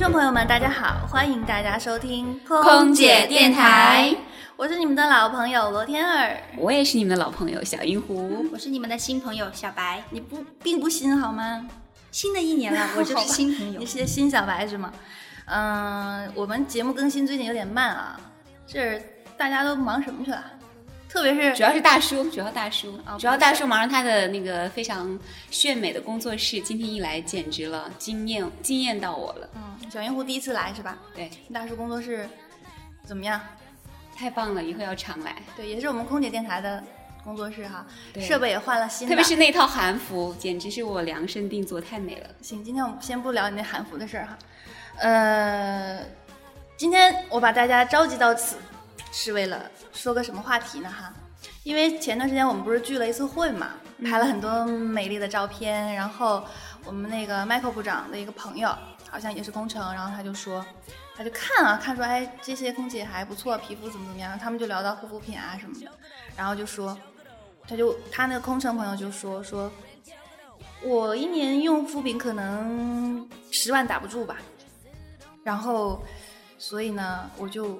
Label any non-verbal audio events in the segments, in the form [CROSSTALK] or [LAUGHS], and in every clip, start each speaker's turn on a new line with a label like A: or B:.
A: 众朋友们，大家好，欢迎大家收听
B: 空姐电台，
A: 我是你们的老朋友罗天儿。
B: 我也是你们的老朋友小银狐。
C: 我是你们的新朋友小白，
A: 你不并不新好吗？
C: 新的一年 [LAUGHS] 了，我就是新朋
A: 你
C: 友。
A: 是新小白是吗？嗯、我们节目更新最近有点慢啊，这大家都忙什么去了？特别
B: 主
A: 是
B: 要是大叔，主要大叔
A: 啊，
B: 主要大叔忙着他的那个非常炫美的工作室，今天一来简直了，惊艳惊艳到我了。
A: 嗯，小银狐第一次来是吧？
B: 对，
A: 大叔工作室怎么样？
B: 太棒了，以后要常来。
A: 对，也是我们空姐电台的工作室哈，
B: 对
A: 设备也换了新的。
B: 特别是那套韩服，简直是我量身定做，太美了。
A: 行，今天我们先不聊你那韩服的事儿哈。呃，今天我把大家召集到此，是为了说个什么话题呢？哈，因为前段时间我们不是聚了一次会嘛，拍了很多美丽的照片，然后我们那个 Michael 部长的一个朋友，好像也是工程，然后他就说。他就看啊，看出哎，这些空姐还不错，皮肤怎么怎么样，他们就聊到护肤品啊什么的，然后就说，他就他那个空乘朋友就说说，我一年用护肤品可能十万打不住吧，然后，所以呢，我就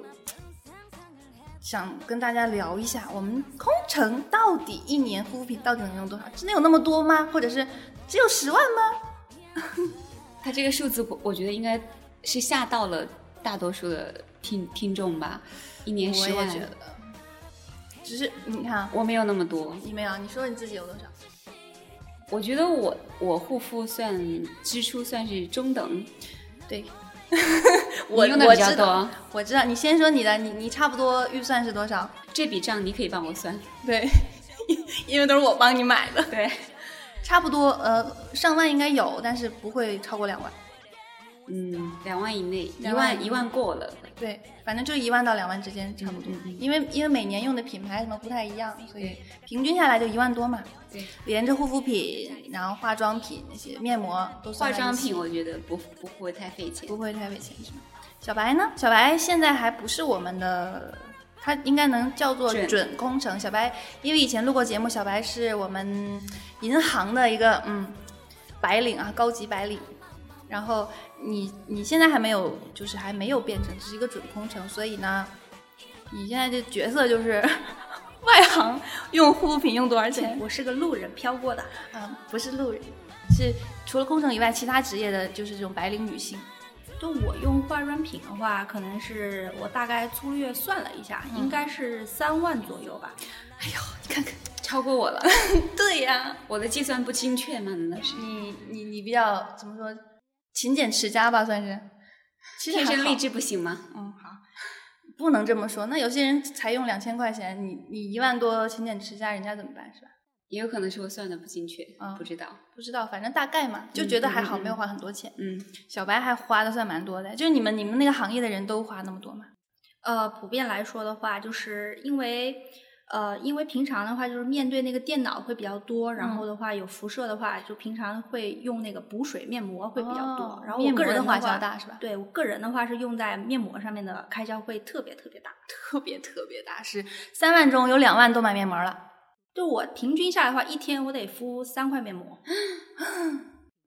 A: 想跟大家聊一下，我们空乘到底一年护肤品到底能用多少？真的有那么多吗？或者是只有十万吗？
B: 他这个数字，我我觉得应该是吓到了大多数的听听众吧，一年
A: 我
B: 十
A: 也
B: 万，
A: 觉得，只是你看啊，
B: 我没有那么多。
A: 你没有，你说你自己有多少？
B: 我觉得我我护肤算支出算是中等，
A: 对，
B: 你用的比较多
A: 我知道，我知道。你先说你的，你你差不多预算是多少？
B: 这笔账你可以帮我
C: [LAUGHS]
B: 算。
A: 对， [LAUGHS] 因为都是我帮你买的。
B: 对，
A: 差不多，呃，上万应该有，但是不会超过两万。
B: 嗯，两万以内，一
A: 两万
B: 万一万过了。
A: 对，反正就是一万到两万之间，差不多。
B: 嗯嗯嗯
A: 因为因为每年用的品牌什么不太一样，所以
B: 对
A: 平均下来就一万多嘛。
B: 对，
A: 连着护肤品，然后化妆品那些面膜都算
B: 化
A: 在一起
B: 妆品我觉得不不会太费钱
A: 不，会太费钱是吗？小白呢？小白现在还不是我们的，他应该能叫做
B: 准
A: 准工程。小白因为以前录过节目，小白是我们银行的一个嗯白领啊，高级白领。然后你你现在还没有，就是还没有变成，只是一个准工程，所以呢，你现在这角色就是 [LAUGHS] 外行用护肤品用多少钱
C: 我是个路人飘过的，
A: 啊？不是路人，是除了工程以外，其他职业的就是这种白领女性。
C: 就我用化妆品的话，可能是我大概粗略算了一下，
B: 嗯
C: 应该是三万左右吧。
B: 哎
A: 你看看。
B: 超过
C: [LAUGHS]
B: 我了，
A: 对呀、
B: 我的计算不精确嘛，难道是？
A: 你你你比较怎么说，勤俭持家吧，算是。其实
B: 天
A: 还
B: 生丽
A: 好，
B: 质不行吗？
A: 嗯，好，不能这么说。那有些人才用两千块钱，你你一万多勤俭持家，人家怎么办是吧？
B: 也有可能是我算的不精确，
C: 嗯
A: 啊
B: 不知道。
A: 不知道，反正大概嘛，就觉得还好，
B: 嗯嗯嗯
A: 没有花很多钱。
B: 嗯，
A: 小白还花的算蛮多的，就是你们你们那个行业的人都花那么多吗？
C: 呃，普遍来说的话，就是因为。呃，因为平常的话，就是面对那个电脑会比较多，然
A: 嗯
C: 后的话有辐射的话，就平常会用那个补水面膜会比较多。
A: 哦
C: 然后我
A: 面膜
C: 个人
A: 的
C: 话，
A: 花销大是吧？
C: 对我个人的话是用在面膜上面的开销会特别特别大。
A: [LAUGHS] 特别特别大，是三万中有两万都买面膜了。
C: 就我平均下来的话，一天我得敷三块面膜，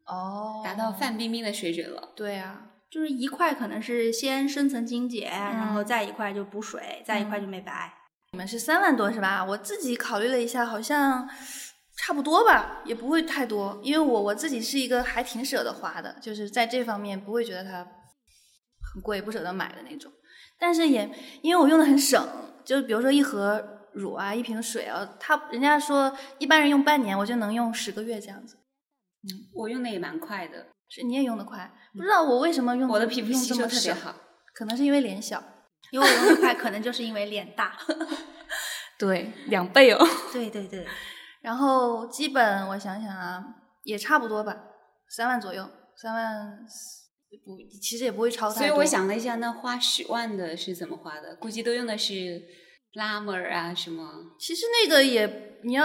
A: 哦
B: 达到范冰冰的水准
C: 哦
B: 了。
A: 对啊，
C: 就是一块可能是先深层精简，然后再一块就补水，再一
A: 嗯
C: 块就美白。
A: 你们是三万多是吧？我自己考虑了一下，好像差不多吧，也不会太多，因为我我自己是一个还挺舍得花的，就是在这方面不会觉得它很贵，不舍得买的那种。但是也因为我用的很省，就是比如说一盒乳啊，一瓶水啊，它人家说一般人用半年，我就能用十个月这样子。
B: 我用的也蛮快的，
A: 是你也用得快，不知道我为什么用
B: 我的
A: 这
B: 皮肤
A: 用
B: 吸
A: 这
B: 收
A: 么
B: 特别
A: 少，
B: 好。
A: 可能是因为脸小，
C: 因为我用一块，可能就是因为脸大。 [LAUGHS]
A: 对，两倍哦。
C: 对对对，
A: 然后基本我想想啊，也差不多吧，三万左右，三万不，其实也不会超太
B: 所
A: 多。
B: 以我想了一下，那花十万的是怎么花的？估计都用的是拉美尔啊什么。
A: 其实那个也你要，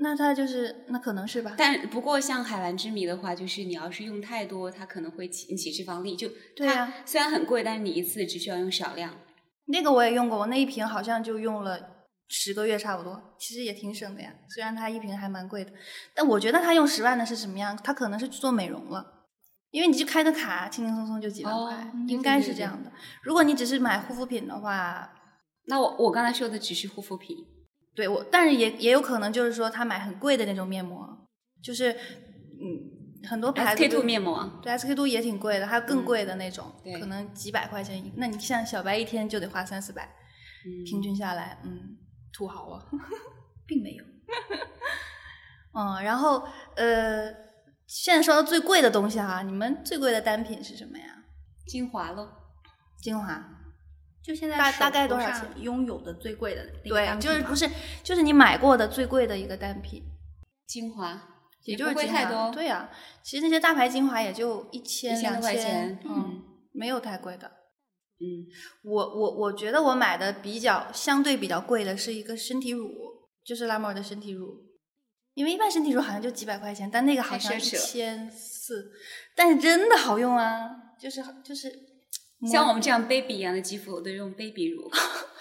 A: 那它就是那可能是吧，
B: 但不过像海蓝之谜的话，就是你要是用太多，它可能会引起脂肪粒。就
A: 对啊
B: 它虽然很贵，但是你一次只需要用少量。
A: 那个我也用过，我那一瓶好像就用了十个月差不多，其实也挺省的呀。虽然它一瓶还蛮贵的，但我觉得它用十万的是什么样？它可能是去做美容了。因为你去开个卡，轻轻松松就几万块，
B: 哦嗯
A: 应
B: 对
A: 该
B: 对
A: 是
B: 对
A: 这
B: 对
A: 样的。如果你只是买护肤品的话，
B: 那我我刚才说的只是护肤品，
A: 对我，但是也也有可能就是说他买很贵的那种面膜，就是嗯，很多牌子
B: SK two
A: 都
B: 面膜啊，
A: 对 SK two 也挺贵的，还有更
B: 嗯
A: 贵的那种，
B: 对
A: 可能几百块钱一。那你像小白一天就得花三四百，平
B: 均
A: 均下来，嗯，土豪啊。
C: 并没有。
A: 嗯，然后呃，现在说到最贵的东西哈、你们最贵的单品是什么呀？
B: 精华咯，
A: 精华？
C: 就现在
A: 大
C: 手
A: 大概
C: 头
A: 多少
C: 上拥有的最贵的那个单品啊
A: 就是
C: 嘛
A: 不是就是你买过的最贵的一个单品，
B: 精华
A: 也就是
B: 不会
A: 精华
B: 太多，
A: 对呀、其实那些大牌精华也就一千
B: 1000
A: 两
B: 多块钱
A: 嗯，没有太贵的。
B: 嗯，
A: 我我我觉得我买的比较相对比较贵的是一个身体乳，就是 Lamer 的身体乳，因为一般身体乳好像就几百块钱，但那个好
B: 太
A: 像一
B: 奢侈了
A: 千四，但是真的好用啊，就是就是
B: [LAUGHS] 像我们这样 baby 一样的肌肤，我都用 baby 乳，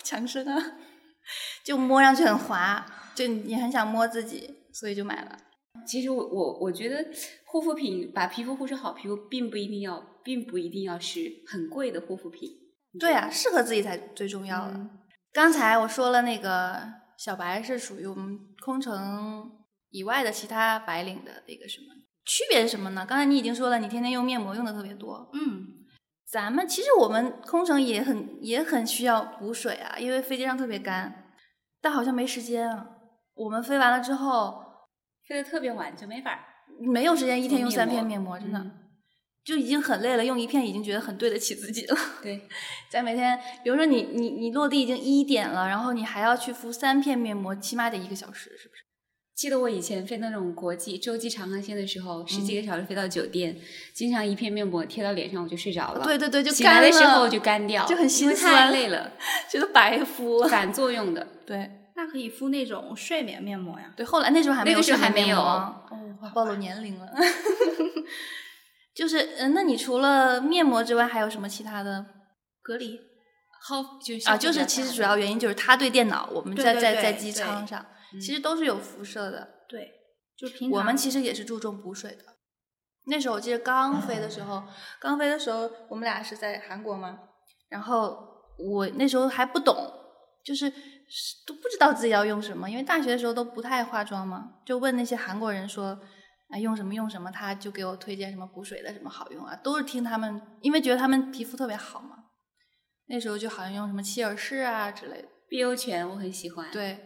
A: 强生啊， [LAUGHS] 就摸上去很滑，就你很想摸自己，所以就买了。
B: 其实我我我觉得护肤品把皮肤护持好，皮肤并不一定要，并不一定要是很贵的护肤品。
A: 对啊，适合自己才最重要的。
B: 嗯
A: 刚才我说了，那个小白是属于我们空乘以外的其他白领的那个什么区别是什么呢？刚才你已经说了，你天天用面膜用的特别多。
C: 嗯，
A: 咱们其实我们空乘也很也很需要补水啊，因为飞机上特别干，但好像没时间啊。我们飞完了之后
B: 飞得特别晚就没法
A: [LAUGHS]
B: 儿。
A: 没有时间一天用
B: 做面
A: 三
B: 膜
A: 片面膜，真的、
B: 嗯
A: 就已经很累了，用一片已经觉得很对得起自己了。
B: 对，
A: 在每天，比如说你你你落地已经一点了，然后你还要去敷三片面膜，起码得一个小时，是不是？
B: 记得我以前飞那种国际洲际长航线的时候，
A: 嗯
B: 十几个小时飞到酒店，经常一片面膜贴到脸上我就睡着了。
A: 对对对，就
B: 醒
A: 干
B: 来
A: 了
B: 的时候就干掉，
A: 就很
B: 因
A: 心
B: 为
A: 酸，
B: 太累了，
A: [LAUGHS] 觉得白敷了。
B: 反作用的。
A: 对
C: 那可以敷那种睡眠面膜呀。
A: 对，后来那时候还没有
B: 那个时候还
A: 睡眠
B: 没有
A: 面膜
C: 哦，
A: 暴露年龄了。 [LAUGHS] 就是，嗯，那你除了面膜之外，还有什么其他的
C: 隔离，
B: 耗就是消
A: 啊？
B: 费
A: 就是
B: 比较
A: 其实
B: 大
A: 主
B: 的
A: 要原因就是它对电脑，我们
C: 对
A: 在
C: 对
A: 在在
C: 对
A: 机
C: 对
A: 舱上，
B: 嗯
A: 其实都是有辐射的。
C: 对，就平常
A: 我们其实也是注重补水的。那时候我记得刚飞的时候，刚飞的时候我们俩是在韩国嘛，然后我那时候还不懂，就是是都不知道自己要用什么，因为大学的时候都不太化妆嘛，就问那些韩国人说。啊，用什么用什么，他就给我推荐什么补水的什么好用啊，都是听他们，因为觉得他们皮肤特别好嘛。那时候就好像用什么希尔氏啊之类的，
B: BO 泉我很喜欢。，
A: 对，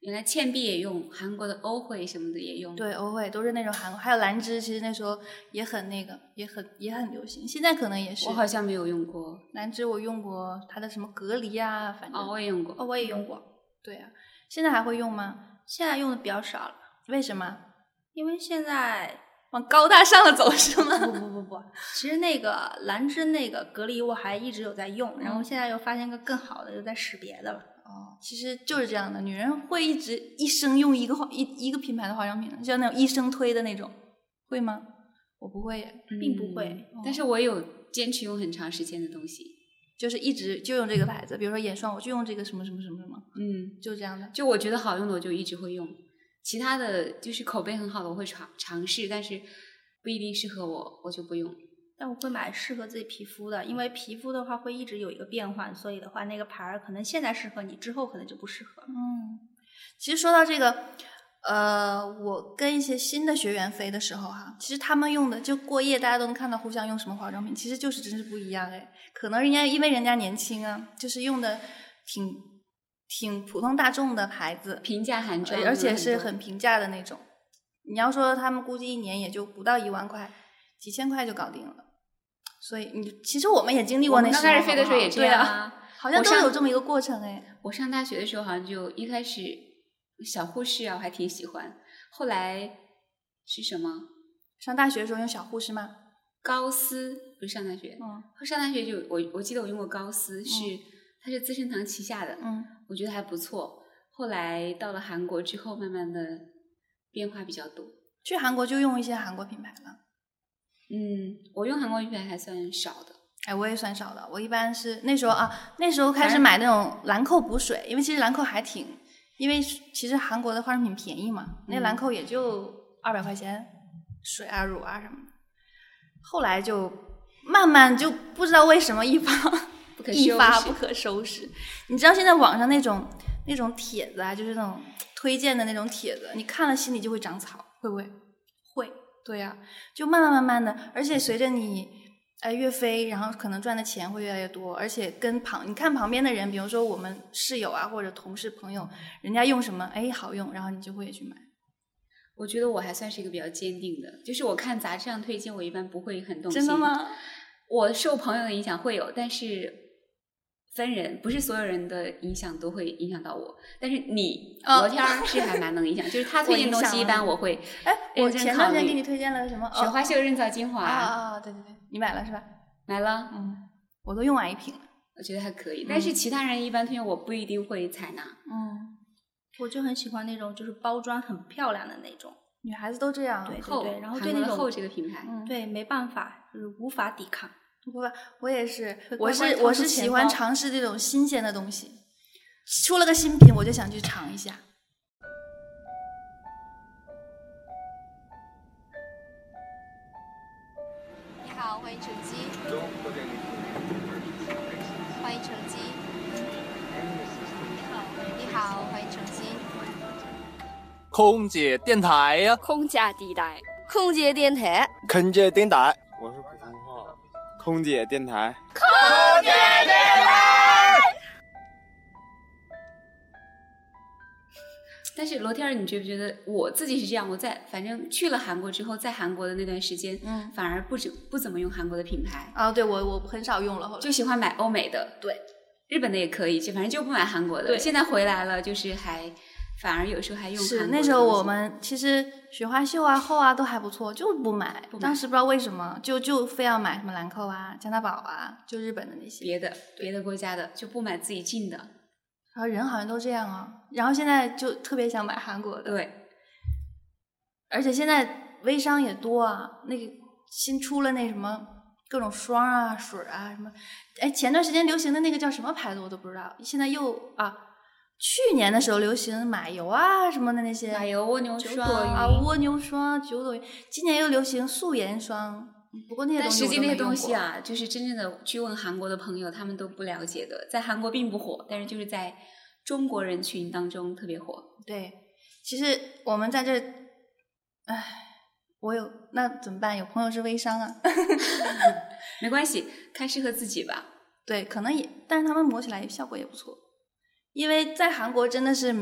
B: 原来倩碧也用，韩国的欧惠什么的也用。，
A: 对，欧惠都是那种韩国，还有兰芝，其实那时候也很那个，也很也很流行，现在可能也是。
B: 我好像没有用过。
A: 兰芝我用过它的什么隔离啊，反正、
B: 哦，我也用过。
C: 哦我也用过，
A: 对啊，现在还会用吗？
C: 现在用的比较少了，
A: 为什么？
C: 因为现在
A: 往高大上了走是吗？
B: [LAUGHS]
C: 不不不不，其实那个兰芝那个隔离我还一直有在用，然
A: 嗯
C: 后现在又发现个更好的，又在使别的了。
A: 哦，其实就是这样的，女人会一直一生用一个化一一个品牌的化妆品，就像那种一生推的那种，会吗？我不会耶，
C: 并不会
B: 嗯但
A: 哦
B: 是我有坚持用很长时间的东西。
A: 就是一直就用这个牌子，比如说眼霜，我就用这个什么什么什么什么，
B: 嗯，
A: 就这样的。
B: 就我觉得好用的我就一直会用，其他的就是口碑很好的我会尝尝试，但是不一定适合我，我就不用。
C: 但我会买适合自己皮肤的，因为皮肤的话会一直有一个变换，所以的话那个牌儿可能现在适合你，之后可能就不适合了。
A: 嗯，其实说到这个，呃，我跟一些新的学员飞的时候哈、其实他们用的就过夜，大家都能看到互相用什么化妆品，其实就是真是不一样哎。可能人家因为人家年轻啊，就是用的挺挺普通大众的牌子，
B: 平价韩妆，啊
A: 呃而且是
B: 有
A: 很平价的那种。你要说他们估计一年也就不到一万块，几千块就搞定了。所以你其实我们也经历
B: 多。我
A: 过那
B: 们刚
A: 时候
B: 开始飞的时候也
A: 好不好
B: 这样
A: 对啊，好像
B: 我
A: 都
B: 上
A: 有这么一个过程哎。
B: 我上大学的时候好像就一开始小护士啊，我还挺喜欢，后来是什么
A: 上大学的时候用小护士吗？
B: 高斯，不是上大学，
A: 嗯
B: 上大学就我我记得我用过高斯，是、它是资生堂旗下的，
A: 嗯，
B: 我觉得还不错。后来到了韩国之后，慢慢的变化比较多。
A: 去韩国就用一些韩国品牌了。
B: 嗯，我用韩国品牌还算少的，
A: 哎，我也算少的，我一般是那时候啊，那时候开始买那种兰蔻补水，因为其实兰蔻还挺，因为其实韩国的化妆品便宜嘛，那兰蔻也就二百块钱，水啊、乳啊什么的。后来就慢慢就不知道为什么一发
B: [LAUGHS] 不可
A: 一
B: 收
A: 发
B: 拾
A: 不可收拾。你知道现在网上那种那种帖子啊，就是那种推荐的那种帖子，你看了心里就会长草，会不会？
C: 会，
A: 对呀、就慢慢慢慢的，而且随着你哎越飞，然后可能赚的钱会越来越多，而且跟旁你看旁边的人，比如说我们室友啊或者同事朋友，人家用什么哎好用，然后你就会去买。
B: 我觉得我还算是一个比较坚定的，就是我看杂志上推荐，我一般不会很动心。
A: 真的？吗？
B: 我受朋友的影响会有，但是分人，不是所有人的影响都会影响到我。但是你
A: 哦
B: 聊天儿是还蛮能影响，就
A: [LAUGHS]
B: 是他推荐的东西一般我会
A: 哎，我
B: 认真
A: 前段时
B: 考
A: 间
B: 虑
A: 给你推荐了个什么？
B: 雪
A: 哦
B: 花秀润燥精华、
A: 啊啊啊！对对对，你买了是吧？
B: 买了，
A: 嗯，我都用完一瓶了。
B: 我觉得还可以。但是其他人一般推荐我不一定会采纳。
A: 嗯，
C: 我就很喜欢那种就是包装很漂亮的那种，
A: 女孩子都这样。
C: 对
B: 厚，
C: 然后
B: 韩
C: 对
B: 国的
C: 那种
B: 厚这个品牌，
A: 嗯，
C: 对，没办法，就是无法抵抗。
A: 不不，我也是，我
C: 会乖
A: 是
C: 乖掏
A: 我
C: 出
A: 是
C: 钱
A: 喜欢
C: 包
A: 尝试这种新鲜的东西，出了个新品我就想去尝一下。
D: 你好，欢迎乘机。欢迎乘机。你好，欢迎乘机。
E: 空姐电台呀、
F: 空姐地带，空姐电台，
G: 坑姐电台，我是普通话，空姐电台。
B: 但是罗天儿，你觉不觉得我自己是这样？我在反正去了韩国之后，在韩国的那段时间，
A: 嗯
B: 反而不怎不怎么用韩国的品牌，
A: 啊，对我我很少用了，后来
B: 就喜欢买欧美的，
A: 对，
B: 日本的也可以，就反正就不买韩国的。
A: 对
B: 现在回来了，就是还反而有时候还用韩
A: 是
B: 国的
A: 那时候
B: 东西
A: 我们其实雪花秀啊、厚啊都还不错，就是不买。
B: 不买
A: 当时不知道为什么，就就非要买什么兰蔻啊、加大宝啊，就日本的那些。
B: 别的别的国家的就不买自己进的，
A: 然后人好像都这样啊，然后现在就特别想买韩国的，
B: 对，
A: 而且现在微商也多啊，那个新出了那什么各种霜啊、水啊什么，哎，前段时间流行的那个叫什么牌子我都不知道，现在又啊，去年的时候流行马油啊什么的那些
B: 奶油蜗牛
A: 九
B: 霜
A: 朵云啊，
B: 蜗
A: 蜗牛霜、九朵云，今年又流行素颜霜，不过那些
B: 但
A: 东西
B: 实
A: 我
B: 际
A: 都
B: 那
A: 没
B: 些
A: 用
B: 东西
A: 过，
B: 啊，就是真正的去问韩国的朋友，他们都不了解的，在韩国并不火，但是就是在中国人群当中特别火。
A: 对，其实我们在这儿，唉，我有那怎么办？有朋友是微商啊。
B: 没关系，看适合自己吧。
A: 对，可能也，但是他们抹起来效果也不错，因为在韩国真的是、嗯、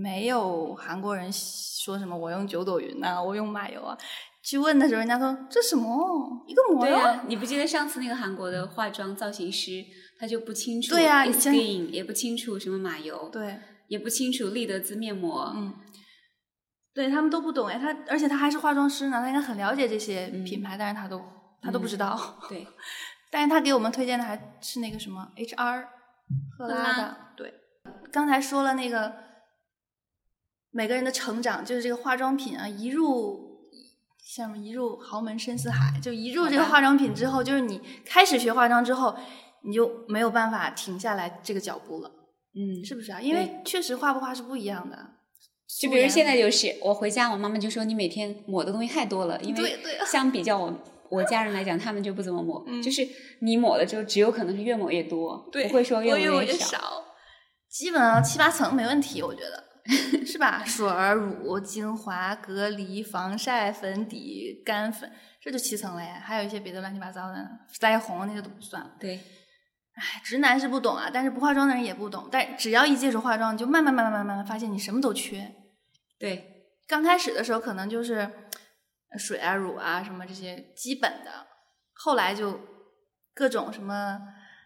A: 没有韩国人说什么我用九朵云呐、我用马油啊，去问的时候人家说这什么一个膜
B: 对
A: 呀、
B: 呀、你不记得上次那个韩国的化妆造型师，他就不清楚
A: 对呀
B: i
A: 你
B: s
A: 真
B: k i n 也不清楚什么马油，，
A: 对，
B: 也不清楚丽得姿面膜，
A: 嗯，对他们都不懂哎，他而且他还是化妆师呢，他应该很了解这些
B: 嗯
A: 品牌，但是他都他都不知道，
B: 对，
A: 但是他给我们推荐的还是那个什么 HR 赫
B: 赫
A: 拉
B: 拉
A: 的，对。刚才说了那个每个人的成长，就是这个化妆品啊，一入像什么一入豪门深似海，就一入这个
B: 好吧
A: 化妆品之后，就是你开始学化妆之后，你就没有办法停下来这个脚步了， [LAUGHS]
B: 嗯，
A: 是不是啊？因为确实画不画是不一样的。
B: 就比如现在就是，我回家，我妈妈就说你每天抹的东西太多了，因为
A: 对对啊 [LAUGHS]
B: 相比较我我家人来讲，他们就不怎么抹，
A: 嗯
B: 就是你抹了之后，只有可能是越抹越多，
A: 对
B: 不会说越
A: 我
B: 抹
A: 越
B: 少。
A: 少，基本上七八层没问题，我觉得 [LAUGHS] 是吧？水儿、乳、精华、隔离、防晒、粉底、干粉，这就七层了呀。还有一些别的乱七八糟的呢，腮红那些都不算了。
B: 对，
A: 哎，直男是不懂啊，但是不化妆的人也不懂。但只要一接触化妆，你就慢慢慢慢慢慢慢发现你什么都缺。
B: 对，
A: 刚开始的时候可能就是呃水啊、乳啊什么这些基本的，后来就各种什么，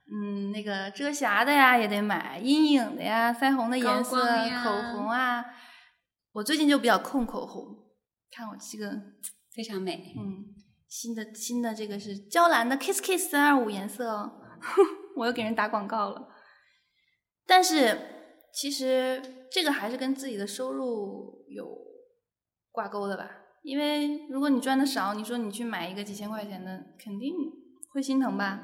A: 嗯，那个遮瑕的呀也得买，阴影的呀、腮红的颜色
B: 高光
A: 啊、
B: 呀
A: 口红啊。我最近就比较控口红，看我这个，
B: 非常美。
A: 嗯，新的新的这个是娇兰的 Kiss Kiss 三二五颜色哦， [LAUGHS] 我又给人打广告了。但是其实这个还是跟自己的收入有挂钩的吧，因为如果你赚的少，你说你去买一个几千块钱的，肯定会心疼吧。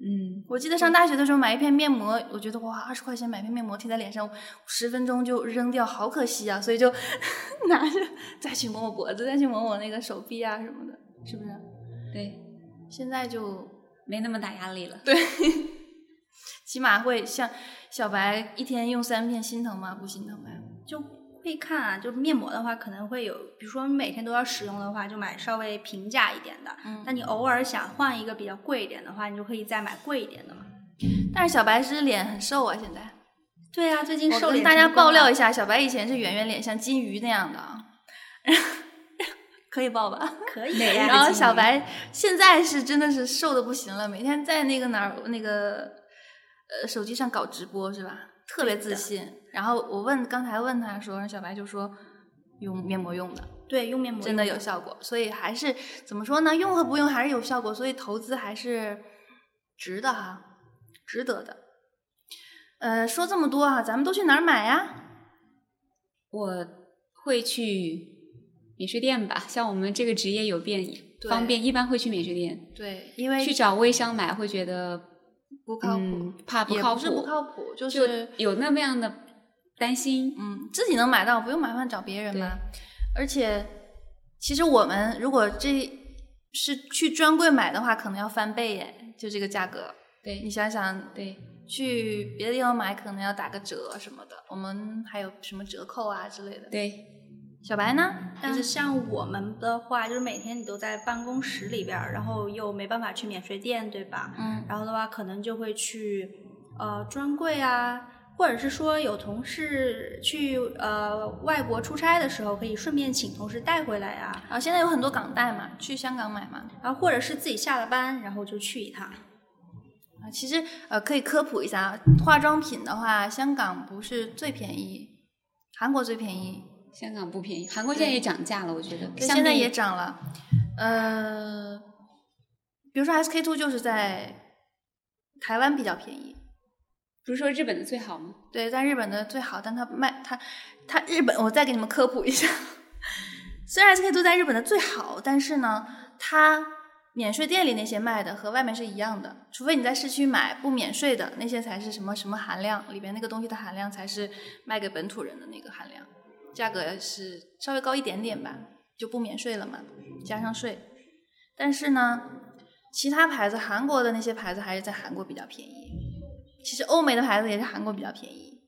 B: 嗯，
A: 我记得上大学的时候买一片面膜，我觉得哇，二十块钱买片面膜贴在脸上，十分钟就扔掉，好可惜啊！所以就 [LAUGHS] 拿着再去抹抹脖子，再去抹抹那个手臂啊什么的，是不是？
B: 对，
A: 现在就
B: 没那么大压力了。
A: [LAUGHS] 对，起码会像小白一天用三片，心疼吗？不心疼吧？
C: 就会看啊，就面膜的话可能会有，比如说你每天都要使用的话，就买稍微平价一点的。
A: 嗯
C: 那你偶尔想换一个比较贵一点的话，你就可以再买贵一点的嘛。
A: 但是小白是脸很瘦啊，现在。
C: 对啊，最近
A: 我
C: 瘦
A: 跟
C: 脸
A: 大家
C: 成功
A: 爆料
C: 了
A: 一下，小白以前是圆圆脸，像金鱼那样的啊， [LAUGHS] 可以爆吧？
C: 可
A: [LAUGHS]
C: 以
B: 哪
C: 呀
B: 样
A: 然后
B: 金鱼
A: 小白现在是真的是瘦的不行了，每天在那个哪儿那个呃手机上搞直播是吧？特别自信。然后我问刚才问他说，小白就说用面膜用的，
C: 对用面膜
A: 真的有效果。所以还是怎么说呢？用和不用还是有效果，所以投资还是值的哈，值得的。呃，说这么多哈、咱们都去哪儿买啊呀？
B: 我会去免税店吧，像我们这个职业有便
A: 对
B: 方便，一般会去免税店。
A: 对，因为
B: 去找微商买会觉得
A: 不靠谱
B: 嗯怕不
A: 也
B: 靠
A: 不
B: 谱，
A: 是不靠谱，就
B: 就是有那么样的担心。
A: 嗯，自己能买到，不用麻烦找别人嘛。而且，其实我们如果这是去专柜买的话，可能要翻倍耶，就这个价格。你
B: 对
A: 想想，
B: 对，
A: 去别的地方买可能要打个折什么的。我们还有什么折扣啊之类的？，
B: 对，
A: 小白呢？
C: 但是像我们的话，就是每天你都在办公室里边儿，然后又没办法去免税店，对吧？
A: 嗯，
C: 然后的话，可能就会去呃专柜啊，或者是说有同事去呃外国出差的时候，可以顺便请同事带回来啊，
A: 啊，现在有很多港代嘛，去香港买嘛。
C: 然后或者是自己下了班然后就去一趟。
A: 啊，其实呃，可以科普一下啊，化妆品的话，香港不是最便宜，韩国最便宜，
B: 香港不便宜，韩国现在也涨价了，我觉得。
A: 对，
B: 像
A: 现在
B: 那
A: 也涨了。呃，比如说 SK two 就是在台湾比较便宜，
B: 不是说日本的最好吗？
A: 对，在日本的最好，但它卖它它日本，我再给你们科普一下， [LAUGHS] 虽然 SK two 在日本的最好，但是呢，它免税店里那些卖的和外面是一样的，除非你在市区买不免税的那些才是什么什么含量，里边那个东西的含量才是卖给本土人的那个含量，价格是稍微高一点点吧，就不免税了嘛，加上税。但是呢，其他牌子韩国的那些牌子还是在韩国比较便宜。其实欧美的牌子也是韩国比较便宜，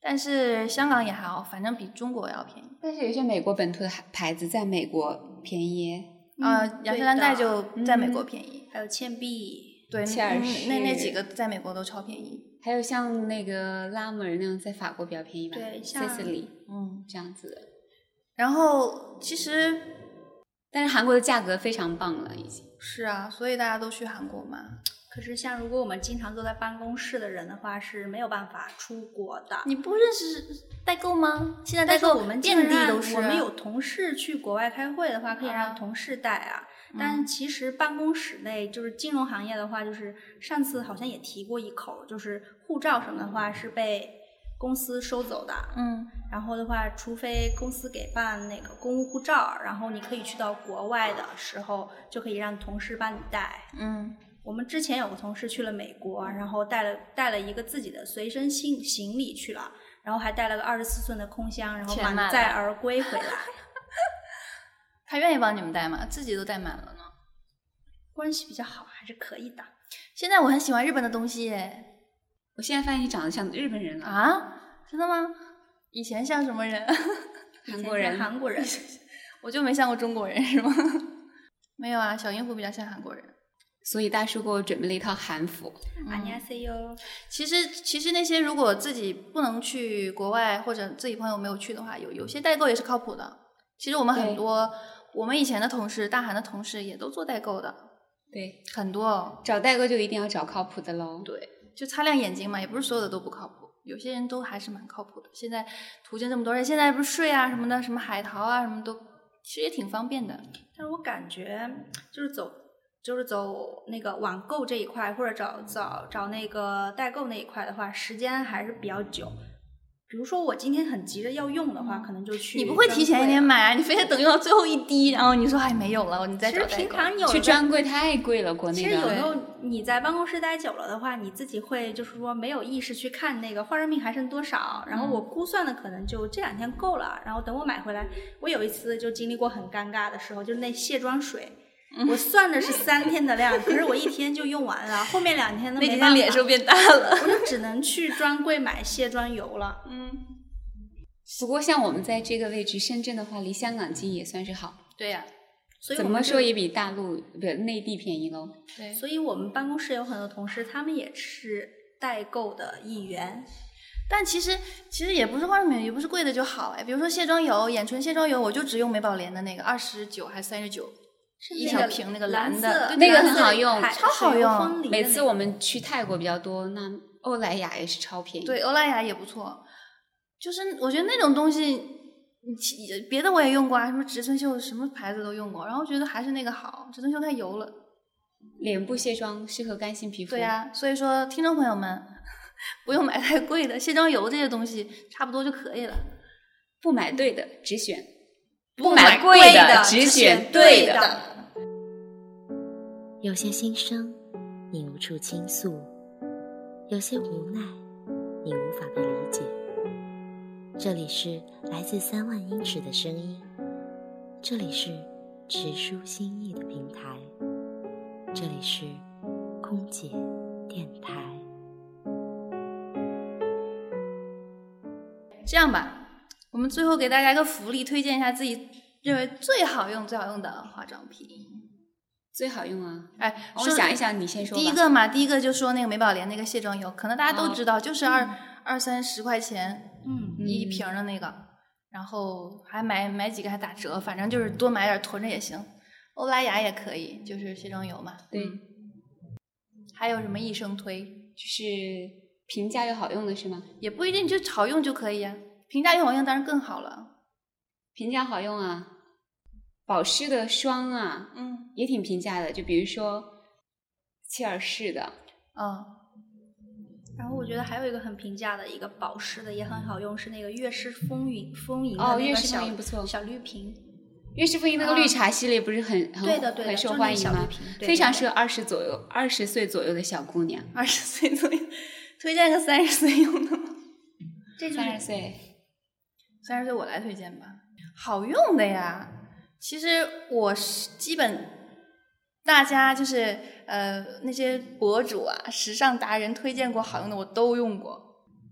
A: 但是香港也还好，反正比中国要便宜。
B: 但是有些美国本土的牌子在美国便宜，
A: 呃，雅诗兰黛
C: 对的
A: 就在美国
B: 嗯
A: 便宜，
C: 还有倩碧，
A: 对，
B: 切尔
A: 嗯那那
B: 西
A: 几个在美国都超便宜。
B: 还有像那个拉美人那样在法国比较便宜吧，
C: 对像
B: c i
A: 嗯，
B: 这样子的。
A: 然后其实
B: 但是韩国的价格非常棒了，已经。
A: 是啊，所以大家都去韩国嘛。
C: 可是像如果我们经常坐在办公室的人的话，是没有办法出国的。
A: 你不认识代购吗？现在代
C: 但是
A: 购
C: 我们基
A: 遍
C: 本
A: 地
C: 上
A: 都是啊。
C: 我们有同事去国外开会的话，可以
A: 啊
C: 让同事带啊。
A: 嗯
C: 但其实办公室内就是金融行业的话，就是上次好像也提过一口，就是护照什么的话是被公司收走的。
A: 嗯，
C: 然后的话，除非公司给办那个公务护照，然后你可以去到国外的时候，就可以让同事帮你带。
A: 嗯，
C: 我们之前有个同事去了美国，然后带了带了一个自己的随身行行李去了，然后还带了个二十四寸的空箱，然后
A: 全买
C: 满
A: 了
C: 载而
A: [LAUGHS]
C: 归回来。
A: 他愿意帮你们带吗？自己都带满了呢。
C: 关系比较好，还是可以的。
A: 现在我很喜欢日本的东西耶
B: 我现在发现你长得像日本人了，
A: 啊，真的吗？以前像什么人？
B: 韩国人
C: 以前是
A: [LAUGHS]
C: 韩国人，
A: 我就没像过中国人是吗？ [LAUGHS] 没有啊，小银狐比较像韩国人。
B: 所以大叔给我准备了一套韩服。
A: 嗯
C: 안녕하세요。
A: 其实，其实那些如果自己不能去国外，或者自己朋友没有去的话，有有些代购也是靠谱的。其实我们很
B: 对
A: 多，我们以前的同事，大韩的同事也都做代购的，
B: 对，
A: 很多哦。
B: 找代购就一定要找靠谱的喽。
A: 对，就擦亮眼睛嘛，也不是所有的都不靠谱，有些人都还是蛮靠谱的。现在途径这么多，而且现在不是税啊什么的，什么海淘啊什么都，其实也挺方便的。
C: 但是我感觉就是走就是走那个网购这一块，或者找找找那个代购那一块的话，时间还是比较久。比如说我今天很急着要用的话，可能就
A: 嗯
C: 去
A: 你不会提前一
C: 专柜
A: 天
C: 啊
A: 买啊？你非得等用到最后一滴，然后你说哎没有了，你再
C: 其
A: 找
C: 实
A: 代购。
C: 平常有
B: 去
C: 的
B: 专柜太贵了，国内
C: 其
B: 的。
C: 实有时候你在办公室待久了的话，你自己会就是说没有意识去看那个化妆品还剩多少，然后
A: 嗯
C: 我估算的可能就这两天够了，然后等我买回来，我有一次就经历过很尴尬的时候，就是那卸妆水，
A: 嗯
C: 我算着是三天的量，可是我一天就用完了，后面两天都
A: 那
C: 没
A: 几
C: 办
A: 天
C: 法，
A: 脸是不是变大了？
C: 我就只能去专柜买卸妆油了。
A: 嗯，
B: 不过像我们在这个位置，深圳的话离香港近也算是好，
A: [LAUGHS] 对呀、
C: 所以
B: 怎
C: 我们
B: 么
C: 就
B: 说也比大陆不是内地便宜喽。
A: 对
C: 所以我们办公室有很多同事，他们也是代购的一员。
A: 但其实其实也不是化妆品，也不是贵的就好哎。比如说卸妆油、眼唇卸妆油，我就只用美宝莲的那个，二十九还三十九，一
C: 那
A: 小
C: 个
A: 瓶那个
C: 蓝
A: 蓝
C: 色
A: 的，对
B: 那个
A: 蓝
B: 很
A: 色
B: 好用
C: 海
A: 超好
C: 水油
A: 用
C: 风铃的
B: 每
C: 那
B: 次
C: 个
B: 我们去泰国比较多，那欧莱雅也是超便宜。
A: 对，欧莱雅也不错。就是我觉得那种东西，你其也别的我也用过啊，什么植村秀，什么牌子都用过，然后觉得还是那个好，植村秀太油了。
B: 脸部卸妆适合干性皮肤。
A: 对
C: 啊
A: 呀、所以说听众朋友们， [LAUGHS] 不用买太贵的卸妆油这些东西，差不多就可以了。
B: 不买对的只选，
C: 不
B: 买
C: 买
B: 贵
C: 贵
B: 的
C: 的，
B: 只
C: 只
B: 选
C: 选
B: 对
C: 对
B: 的
C: 的。
H: 有些心声，你无处倾诉；有些无奈，你无法被理解。这里是来自三万英尺的声音，这里是直抒心意的平台，这里是空姐电台。
A: 这样吧，我们最后给大家一个福利，推荐一下自己认为最好用、最好用的化妆品。
B: 最好用啊！
A: 哎，
B: 我
A: 说
B: 想一想，你先说吧。
A: 第一个嘛，第一个就说那个美宝莲那个卸妆油，可能大家都
B: 哦
A: 知道，就是二、二三十块钱
C: 嗯，
A: 一瓶儿的那个，然后还买买几个还打折，反正就是多买点儿囤着也行。欧莱雅也可以，就是卸妆油嘛。
B: 对，
C: 嗯
A: 还有什么益生推，
B: 就是平价又好用的是吗？
A: 也不一定就好用就可以啊，平价又好用当然更好了。
B: 平价好用啊，保湿的霜啊
A: 嗯，
B: 也挺平价的，就比如说切尔氏的，
A: 哦，
C: 然后我觉得还有一个很平价的一个保湿的也很好用，是那个悦诗风云风吟的
B: 哦
C: 那
B: 悦
C: 个
B: 诗
C: 小
B: 风吟不错
C: 小绿瓶，
B: 悦诗风吟那个
C: 啊
B: 绿茶系列不是很很
C: 对的对的，
B: 很受
C: 就那
B: 欢迎
C: 小绿
B: 吗？
C: 瓶对
B: 非常
C: 对
B: 适合二十左右、二十岁左右的小姑娘，
A: 二十岁左右，推荐个三十岁用的吗？
C: [LAUGHS] 这就
B: 三
C: 是
B: 十岁。
A: 三十岁我来推荐吧，好用的呀。其实我是基本大家就是呃那些博主啊、时尚达人推荐过好用的我都用过。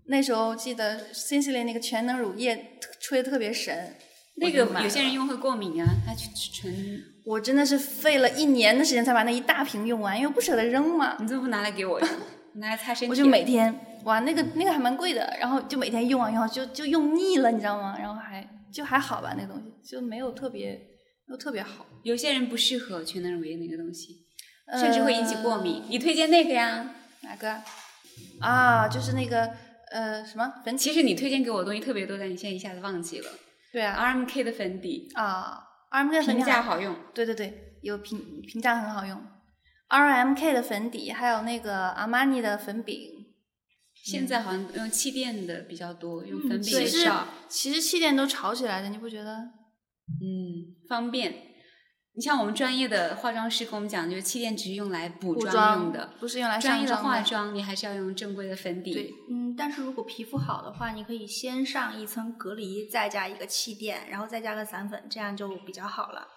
A: 那时候记得新系列那个全能乳液特吹的特别神，
B: 那
A: 我就买
B: 个
A: 了
B: 有些人用会过敏啊，它去纯，
C: [LAUGHS]
A: 我真的是费了一年的时间才把那一大瓶用完，因为我不舍得扔嘛。
B: 你怎么不拿来给我用？你拿来擦身体。
A: 我就每天哇，那个
B: 嗯
A: 那个还蛮贵的，然后就每天用啊用啊，就就用腻了，你知道吗？然后还就还好吧，那个东西就没有特别没有特别好。
B: 有些人不适合全能乳液那个东西，
C: 呃
B: 甚至会引起过敏。你推荐那个呀？
A: 哪个？啊，就是那个呃什么粉底？
B: 其实你推荐给我的东西特别多，但你现在一下子忘记了。
A: 对啊
B: R M K 的粉底，
A: 啊，R M K 粉
B: 平
A: 底
B: 价
A: 还
B: 好用，
C: 嗯
A: 对对对，有评评价很好用。R M K 的粉底，还有那个阿玛尼的粉饼，
B: 现在好像用气垫的比较多，用
C: 嗯
B: 粉饼
A: 其
B: 也
A: 实
B: 少，
A: 其实气垫都炒起来的，你不觉得？
B: 嗯，方便。你像我们专业的化妆师跟我们讲，就是气垫只是用来补
A: 补
B: 妆用
A: 妆
B: 的，
A: 不是用来
B: 专
A: 上
B: 业的化
A: 妆。
B: 妆你还是要用正规的粉
A: 对
B: 底。
C: 嗯，但是如果皮肤好的话，你可以先上一层隔离，再加一个气垫，然后再加个散粉，这样就比较好了。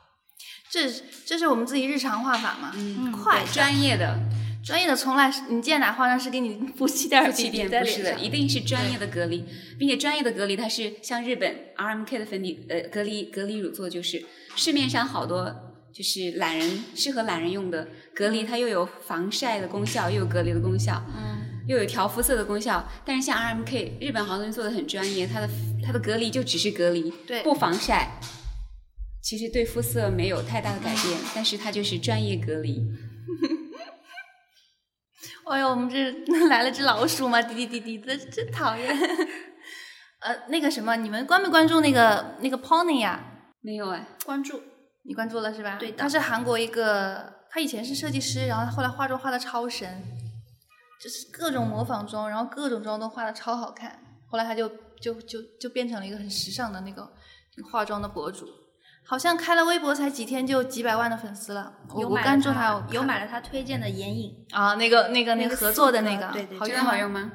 A: 这是这是我们自己日常画法嘛？
B: 嗯，
A: 快
B: 对专业的
A: 专业的从来是你见哪化妆师给你 [LAUGHS] 敷气垫儿
B: 气
A: 笔
B: 垫
A: 在
B: 不
A: 脸
B: 是的，
A: 上？
B: 一定是专业的隔离，并且专业的隔离它是像日本 RMK 的粉底呃隔离隔离乳做，就是市面上好多就是懒人适合懒人用的隔离，它又有防晒的功效，又有隔离的功效，嗯，又有调肤色的功效。但是像 RMK 日本好多人做的很专业，它的它的隔离就只是隔离，
A: 对
B: 不防晒。其实对肤色没有太大的改变，但是它就是专业隔离。
A: 哎呦，我们这 [LAUGHS] 来了只老鼠嘛，滴滴滴滴的，真讨厌。 [LAUGHS] 呃，那个什么，你们关没关注那个那个 Pony 呀、
B: 没有哎，
C: 关注
A: 你关注了是吧？
C: 对的
A: 他是韩国一个，他以前是设计师，然后他后来化妆画的超神，就是各种模仿妆，然后各种妆都画的超好看。后来他就就就就变成了一个很时尚的那个化妆的博主，好像开了微博才几天就几百万的粉丝了。我
C: 有
A: 我
C: 买
A: 关
C: 了
A: 注他，我
C: 他，有
A: 看
C: 买了他推荐的眼影，
A: 啊，那个那个那
C: 那
A: 个
C: 个
A: 合
C: 四
A: 作的
C: 个
A: 那个，
C: 对对
A: 好
B: 觉
A: 用
B: 得
A: 吗
B: 好用吗？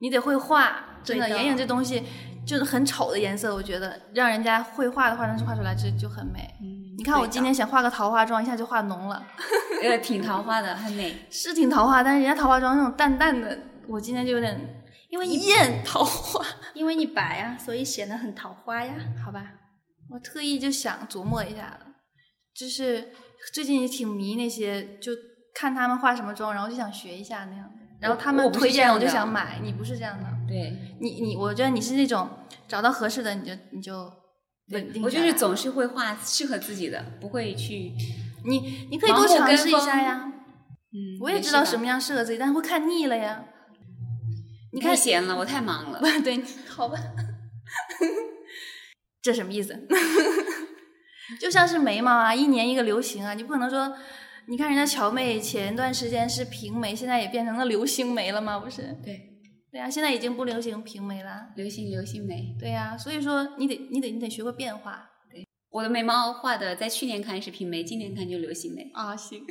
A: 你得会画，真的
C: 对的
A: 眼影这东西就是很丑的颜色，我觉得让人家绘画的话，但是画出来这就很美。
B: 嗯
A: 你看我今天
B: 对
A: 想画个桃花妆，一下就画浓了，
B: 的呃挺桃花的，很美。
A: 是挺桃花，但是人家桃花妆那种淡淡的，我今天就有点
C: 因为你
A: 艳桃花，
C: 因为你白呀、所以显得很桃花呀。
A: 好吧？我特意就想琢磨一下了，就是最近也挺迷那些，就看他们化什么妆，然后就想学一下那样的。然后他
B: 我
A: 们
B: 不是
A: 推
B: 这
A: 荐
B: 样
A: 我就
B: 的啊
A: 想买，你不是这样的。
B: 对，
A: 你你，我觉得你是那种找到合适的你就你就稳定
B: 我就
A: 下
B: 是
A: 来
B: 总是会画适合自己的，不会去
A: 你你可以多
B: 盲目
A: 尝
B: 跟
A: 试一下
B: 风
A: 呀。
B: 嗯
A: 我也知道什么样适合自己，但是会看腻了呀。你
B: 你
A: 看
B: 太，闲了，我太忙了。
A: [LAUGHS] 对，
B: [LAUGHS]
A: 你好吧，这什么意思？ [LAUGHS] 就像是眉毛啊，一年一个流行啊，你不可能说，你看人家乔妹前段时间是平眉，现在也变成了流星眉了吗？不是？
B: 对，
A: 对啊，现在已经不流行平眉了。
B: 流星流星眉，
A: 对呀、所以说你得你得你得学会变化
B: 我的眉毛画的，在去年看是平眉，今年看就流星眉。
A: 啊。行，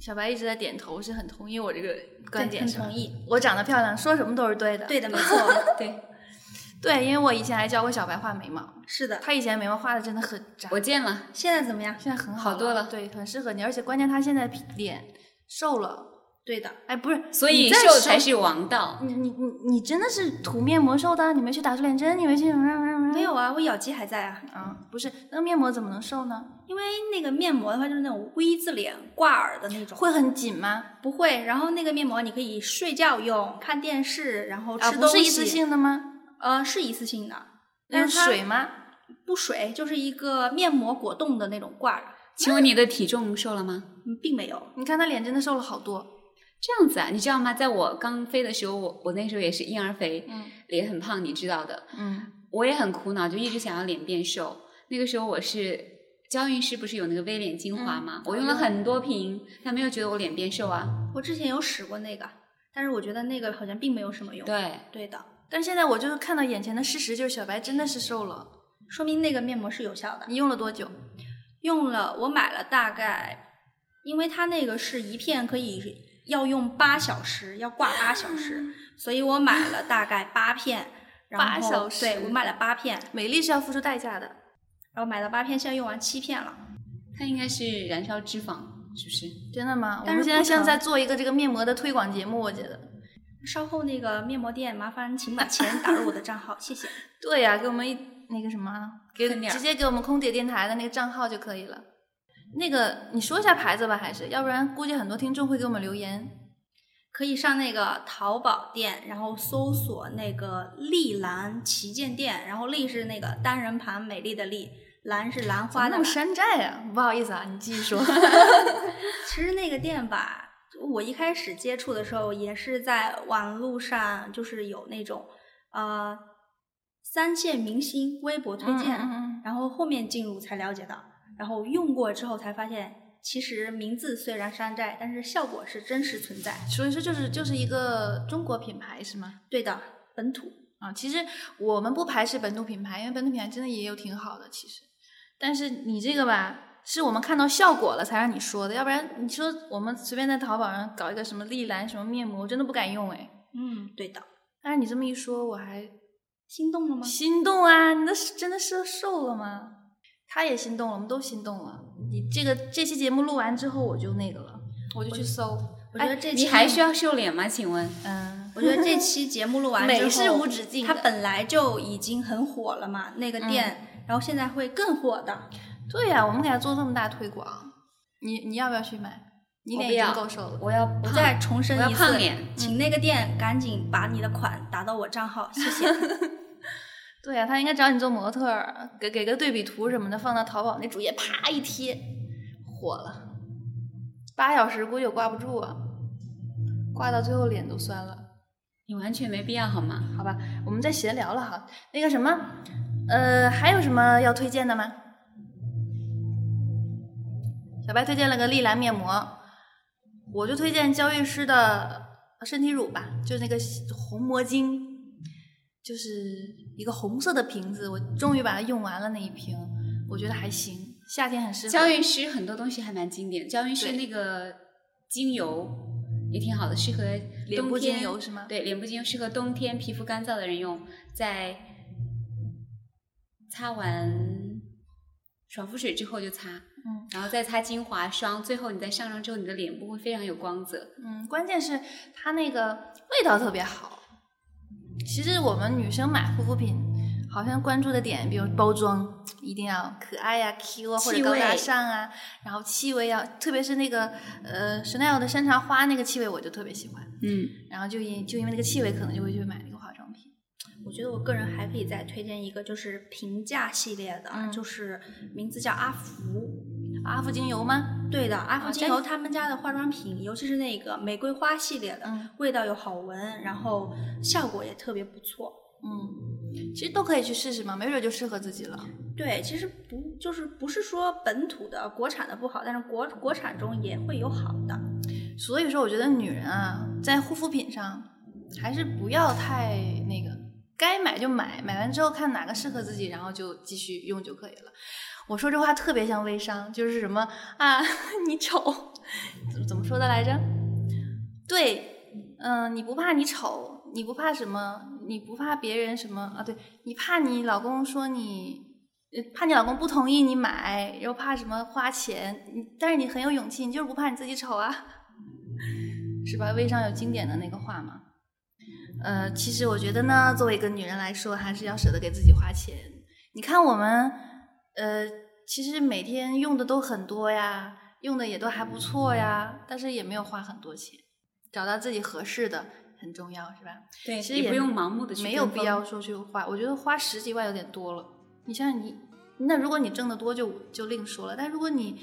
A: 小白一直在点头，是很同意我这个观点，
C: 很
A: 是吧
C: 同意。
A: 我长得漂亮，说什么都是对的。
C: 对的，
A: [LAUGHS]
C: 没错，
B: 对，
A: 对，因为我以前还教过小白画眉毛，
C: 是的。
A: 她以前眉毛画的真的很渣，
B: 我见了，
A: [LAUGHS]
C: 现在怎么样？
A: 现在很
B: 好多了
A: 对，很适合你，而且关键她现在皮脸瘦了，
C: 对的，
A: 哎，不是，
B: 所
A: 你
B: 以
A: 再
B: 瘦才是王
A: 哦
B: 道。
A: 你你你你真的是涂面膜瘦的？你没去打瘦脸针？你没去没
C: 没有啊，我咬肌还在啊。
A: 啊？不是，那个面膜怎么能瘦呢？
C: 因为那个面膜的话，就是那种 V 字脸挂耳的那种，
A: 会很紧吗？
C: 不会？然后那个面膜你可以睡觉用、看电视，然后
A: 啊，
C: 吃
A: 不
C: 东西。
A: 是一次，性的吗？
C: 呃，是一次性的，
A: 那
C: 但
A: 是
C: 它
A: 水吗？
C: 不水，就是一个面膜果冻的那种挂耳，
B: 请问你的体重瘦了吗？
C: 嗯并没有。
A: 你看她脸真的瘦了好多，
B: 这样子啊，你知道吗？在我刚飞的时候，我我那时候也是婴儿肥，
A: 嗯
B: 脸很胖，你知道的。
A: 嗯
B: 我也很苦恼，就一直想要脸变瘦。那个时候我是娇韵诗，不是有那个微脸精
A: 嗯
B: 华吗？我用了很多瓶，但没有觉得我脸变瘦啊。
C: 我之前有使过那个，但是我觉得那个好像并没有什么用。
B: 对，
C: 对的，
A: 但现在我就是看到眼前的事实，就是小白真的是瘦了。
C: 说明那个面膜是有效的。
A: 你用了多久？
C: 用了，我买了大概，因为它那个是一片可以要用八小时，要挂八小时，所以我买了大概八片。然
A: 嗯八
C: 后
A: 小时
C: 对我买了八片，
A: 美丽是要付出代价的。
C: 然后买了八片，现在用完七片了。
B: 它应该是燃烧脂肪，是不是？
A: 真的吗？我
C: 但
A: 们
C: 是
A: 现在
C: 不
A: 像
C: 疼
A: 在做一个这个面膜的推广节目，我觉得。
C: 稍后那个面膜店，麻烦请把钱打入我的账号，谢谢。 [LAUGHS]
A: 对呀、给我们一那个什么啊，给
B: 分点儿
A: 直接给我们空姐电台的那个账号就可以了。那个你说一下牌子吧，还是要不然估计很多听众会给我们留言。
C: 可以上那个淘宝店，然后搜索那个丽兰旗舰店，然后丽是那个单人旁美丽的丽，兰是兰花
A: 哇，那
C: 的兰
A: 么。山寨呀、 [LAUGHS] 不好意思啊，你继续 [LAUGHS] 说。嗯
C: 其实那个店吧，我一开始接触的时候也是在网络上，就是有那种呃三线明星微博推荐，
A: 嗯嗯嗯
C: 然后后面进入才了解到，然后用过之后才发现，其实名字虽然山寨，但是效果是真实存在。
A: 所以说就是就是一个中国品牌是吗？
C: 对的，本土
A: 啊，其实我们不排斥本土品牌，因为本土品牌真的也有挺好的，其实。但是你这个吧，是我们看到效果了才让你说的，要不然你说我们随便在淘宝上搞一个什么丽兰什么面膜，我真的不敢用哎。
C: 嗯，对的。
A: 但是你这么一说，我还
C: 心动
A: [LAUGHS]
C: 了吗？
A: 心动啊！你的真的是瘦了吗？他也心动了，我们都心动了。你这个这期节目录完之后，我就那个了，我就去搜。哎
C: 我觉得这期
B: 你还需要瘦脸吗？请问？
A: 嗯，
C: 我觉得这期节目录完之后，
A: 美是无止境的嗯
C: 它本来就已经很火了嘛，那个店，然后现在会更火的。
A: 对呀、我们给他做这么大推广，你你要不要去买？你
B: 我
A: 脸
B: 不
A: 已经
B: 要
A: 够瘦了。
B: 我要
C: 我
B: 胖
C: 再重申
B: 我要
C: 一
B: 胖
C: 次
B: 脸，
C: 请那个店赶紧把你的款打到我账号，谢
B: [LAUGHS]
C: 谢。
A: 对呀、他应该找你做模特儿，给给个对比图什么的，放到淘宝那主页，啪一贴，火了。八小时估计我挂不住啊，挂到最后脸都酸了。
B: 你完全没必要好吗？
A: 好吧，我们再闲聊了哈。那个什么，呃，还有什么要推荐的吗？小白推荐了个丽兰面膜，我就推荐娇韵诗的呃身体乳吧，就是那个红魔晶，就是一个红色的瓶子，我终于把它用完了那一瓶，我觉得还行，夏天很适合。
B: 娇韵诗很多东西还蛮经典，娇韵诗
A: 对
B: 那个精油也挺好的，适合
A: 脸部
B: 冬天
A: 精油是吗
B: 对，脸部精油适合冬天皮肤干燥的人用，在擦完爽肤水之后就擦，
A: 嗯，
B: 然后再擦精华霜，最后你在上妆之后，你的脸部会非常有光泽。
A: 嗯，关键是它那个味道特别好。其实我们女生买护肤品，好像关注的点，比如包装一定要可爱呀、Q 啊，或者
B: 气
A: 高大
B: 味
A: 上啊，然后气味要，特别是那个呃 Chanel 的山茶花那个气味，我就特别喜欢。
B: 嗯，
A: 然后就因就因为那个气味，可能就会去买那个化妆品。
C: 我觉得我个人还可以再推荐一个，就是平价系列的，
A: 嗯
C: 就是名字叫阿芙。
A: 啊阿芙精油吗？
C: 对的，阿
A: 啊
B: 哦
C: 芙精
A: 这
C: 油他们家的化妆品，尤其是那个玫瑰花系列的，
A: 嗯
C: 味道又好闻，然后效果也特别不错。
A: 嗯，其实都可以去试试嘛，没准就适合自己了。
C: 对，其实不就是不是说本土的国产的不好，但是国国产中也会有好的。
A: 所以说，我觉得女人啊，在护肤品上还是不要太那个，该买就买，买完之后看哪个适合自己，然后就继续用就可以了。我说这话特别像微商，就是什么啊， [LAUGHS] 你丑，怎么怎么说的来着？对，嗯、你不怕你丑，你不怕什么？你不怕别人什么啊？对你怕你老公说你，呃怕你老公不同意你买，又怕什么花钱？你但是你很有勇气，你就是不怕你自己丑啊。是吧？微商有经典的那个话嘛。呃，其实我觉得呢，作为一个女人来说，还是要舍得给自己花钱。你看我们，呃，其实每天用的都很多呀，用的也都还不错呀，但是也没有花很多钱，找到自己合适的很重要，是吧？
B: 对，
A: 其实
B: 也
A: 也
B: 不用盲目的去
A: 没有
B: 跟
A: 必
B: 风
A: 要说去花，我觉得花十几万有点多了。你想想你，那如果你挣得多就就另说了，但如果你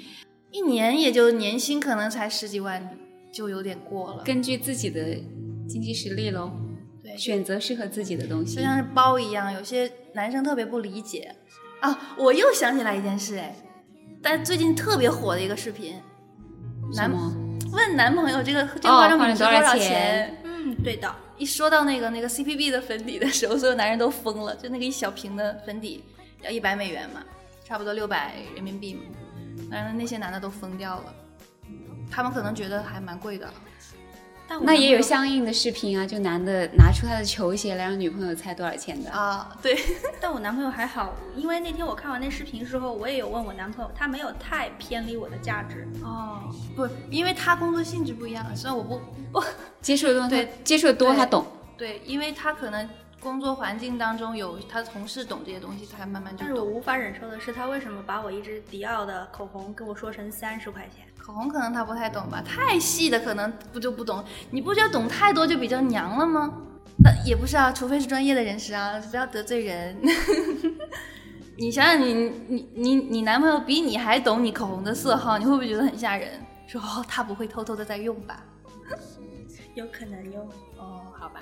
A: 一年也就年薪可能才十几万，就有点过了。
B: 根据自己的经济实力喽，
A: 对，
B: 选择适合自己的东西
A: 就。像是包一样，有些男生特别不理解啊。我又想起来一件事，哎，但最近特别火的一个视频，
B: 什
A: 男
B: 么？
A: 问男朋友这个这个
B: 哦
A: 化妆
B: 花
A: 品
B: 了
A: 值
B: 多
A: 多
B: 少
A: 少
B: 钱
A: 钱？
C: 嗯，对的，
A: 一说到那个那个 CPB 的粉底的时候，所有男人都疯了，就那个一小瓶的粉底要一百美元嘛，差不多六百人民币嘛，反正那些男的都疯掉了，他们可能觉得还蛮贵的。
C: 但我
B: 那
C: 男
B: 也
C: 朋
B: 有
C: 友
B: 相应的视频啊，就男的拿出他的球鞋来让女朋友猜多少钱的。
A: 啊，对， [LAUGHS]
C: 但我男朋友还好，因为那天我看完那视频之后，我也有问我男朋友，他没有太偏离我的价值。
A: 哦，不，因为他工作性质不一样，虽然我不不
B: 接触的多，
A: 对
B: 接触的多，
A: 对
B: 他懂。
A: 对，因为他可能工作环境当中有他的同事懂这些东西，他慢慢就
C: 但是我
A: 懂。
C: 无法忍受的是，他为什么把我一支迪奥的口红跟我说成三十块钱？
A: 口红可能他不太懂吧，太细的可能不就不懂。你不觉得懂太多就比较娘了吗？那也不是啊，除非是专业的人士啊，不要得罪人。 [LAUGHS] 你想想你，你你你男朋友比你还懂你口红的色号，你会不会觉得很吓人？说哦，他不会偷偷的在用吧？
C: 有可能哟。
A: 哦，好吧。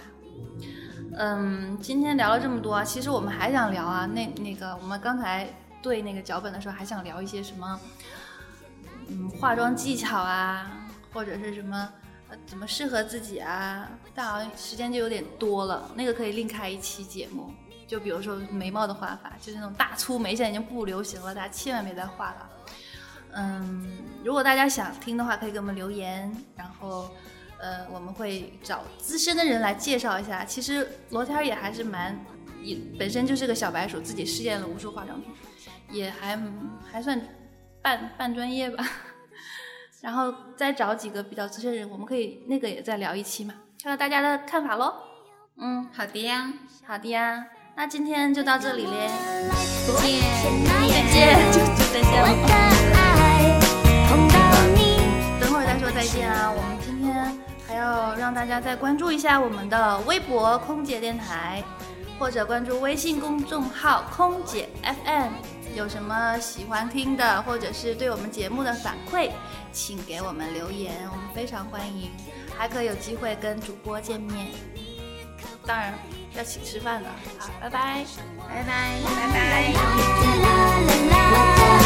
A: 嗯，今天聊了这么多啊，其实我们还想聊啊，那那个我们刚才对那个脚本的时候，还想聊一些什么，嗯，化妆技巧啊，或者是什么呃怎么适合自己啊，但好像时间就有点多了，那个可以另开一期节目。就比如说眉毛的画法，就是那种大粗眉，现在已经不流行了，大家千万别再画了。嗯，如果大家想听的话，可以给我们留言，然后呃，我们会找资深的人来介绍一下。其实罗天儿也还是蛮，也本身就是个小白鼠，自己试验了无数化妆品，也还还算半半专业吧。 [LAUGHS] 然后再找几个比较资深人，我们可以那个也再聊一期嘛，看看大家的看法喽。嗯，
B: 好的呀，
A: 好的呀，那今天就到这里嘞，
B: 再见。
A: 再见，就就再见了。等会儿再说再见啊！我们今天还要让大家再关注一下我们的微博“空姐电台”，或者关注微信公众号“空姐 FM”。有什么喜欢听的，或者是对我们节目的反馈，请给我们留言，我们非常欢迎。还可以有机会跟主播见面，当然要请吃饭的。好，拜拜，拜拜，拜拜。
I: 啦啦啦。